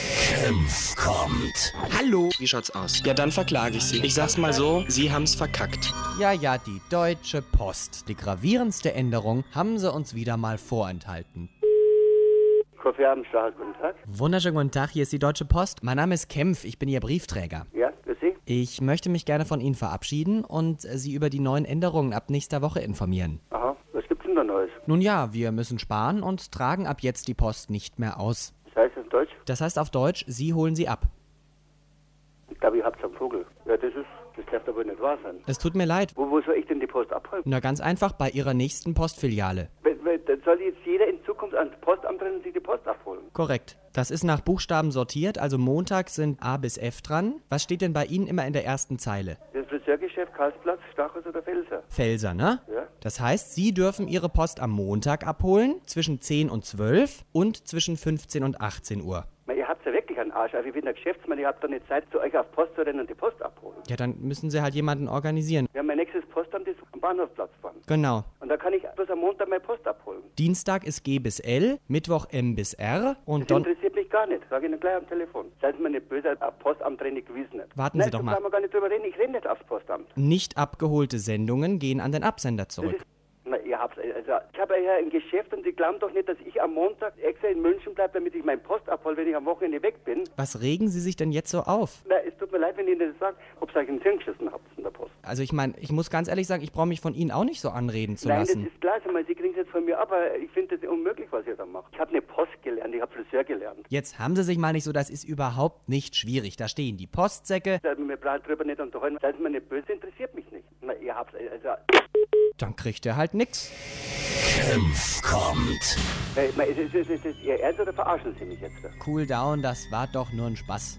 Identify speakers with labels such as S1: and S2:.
S1: Senf kommt.
S2: Hallo. Wie schaut's aus? Ja, dann verklage ich Sie. Ich sag's mal so, Sie haben's verkackt.
S3: Ja, ja, die Deutsche Post. Die gravierendste Änderung haben sie uns wieder mal vorenthalten.
S4: Kofi Abendstahl, guten Tag.
S3: Wunderschönen guten Tag, hier ist die Deutsche Post. Mein Name ist Kempf, ich bin Ihr Briefträger.
S4: Ja, grüß Sie.
S3: Ich möchte mich gerne von Ihnen verabschieden und äh, Sie über die neuen Änderungen ab nächster Woche informieren.
S4: Aha, was gibt's denn da Neues?
S3: Nun ja, wir müssen sparen und tragen ab jetzt die Post nicht mehr aus.
S4: Das heißt in Deutsch,
S3: Das heißt auf Deutsch, Sie holen sie ab.
S4: ich glaube, ich hab's am Vogel. Ja, das ist, das darf doch wohl nicht wahr sein.
S3: Es tut mir leid.
S4: Wo, wo soll ich denn die Post abholen?
S3: Na ganz einfach bei Ihrer nächsten Postfiliale.
S4: Wenn- wenn- Dann soll jetzt jeder in Zukunft ans Postamt rennen und sich die Post abholen.
S3: Korrekt. Das ist nach Buchstaben sortiert, also Montag sind A bis F dran. Was steht denn bei Ihnen immer in der ersten Zeile?
S4: Das Friseurgeschäft Karlsplatz, Stachus oder Felser?
S3: Felser, ne?
S4: Ja.
S3: Das heißt, Sie dürfen Ihre Post am Montag abholen, zwischen 10 und 12 und zwischen 15 und 18 Uhr.
S4: Man, ihr habt ja wirklich einen Arsch. Also ich bin der Geschäftsmann, ihr habt doch nicht Zeit, zu euch auf Post zu rennen und die Post abholen.
S3: Ja, dann müssen Sie halt jemanden organisieren.
S4: Ja, mein nächstes Postamt ist am Bahnhofplatz fahren.
S3: Genau.
S4: Und da kann ich bloß am Montag meine Post abholen.
S3: Dienstag ist G bis L, Mittwoch M bis R und
S4: Das
S3: Don
S4: interessiert mich gar nicht. Sag ich Ihnen gleich am Telefon. Seid mir nicht böse, am Postamt renne ich gewiss nicht.
S3: Warten
S4: Nein,
S3: Sie doch
S4: da
S3: mal.
S4: brauchen wir gar nicht drüber reden. Ich renne nicht aufs Postamt.
S3: nicht abgeholte Sendungen gehen an den Absender zurück.
S4: Na, ihr habt's, also, ich habe ja ein Geschäft und die glauben doch nicht, dass ich am Montag extra in München bleibe, damit ich meinen Post abhole, wenn ich am Wochenende weg bin.
S3: Was regen Sie sich denn jetzt so auf?
S4: Na, es tut mir leid, wenn ich Ihnen das sage, ob ihr euch ins Hirn geschissen habt in der Post.
S3: Also ich meine, ich muss ganz ehrlich sagen, ich brauche mich von Ihnen auch nicht so anreden zu
S4: Nein,
S3: lassen.
S4: das ist klar, ich meine, Sie kriegen es jetzt von mir, aber ich finde das unmöglich, was ihr da macht. Ich habe eine Post gelernt, ich habe Friseur gelernt.
S3: Jetzt haben Sie sich mal nicht so, das ist überhaupt nicht schwierig. Da stehen die Postsäcke,
S4: Seid mir bleibt drüber nicht unterhalten, seid mir nicht böse, interessiert mich nicht. Na, ihr habt's, also,
S3: dann kriegt er halt nix.
S1: Senf kommt.
S4: äh, ich meine, ist, ist, ist, ist, ist ihr Ernst oder verarschen Sie mich jetzt? da?
S3: Cool down, das war doch nur ein Spaß.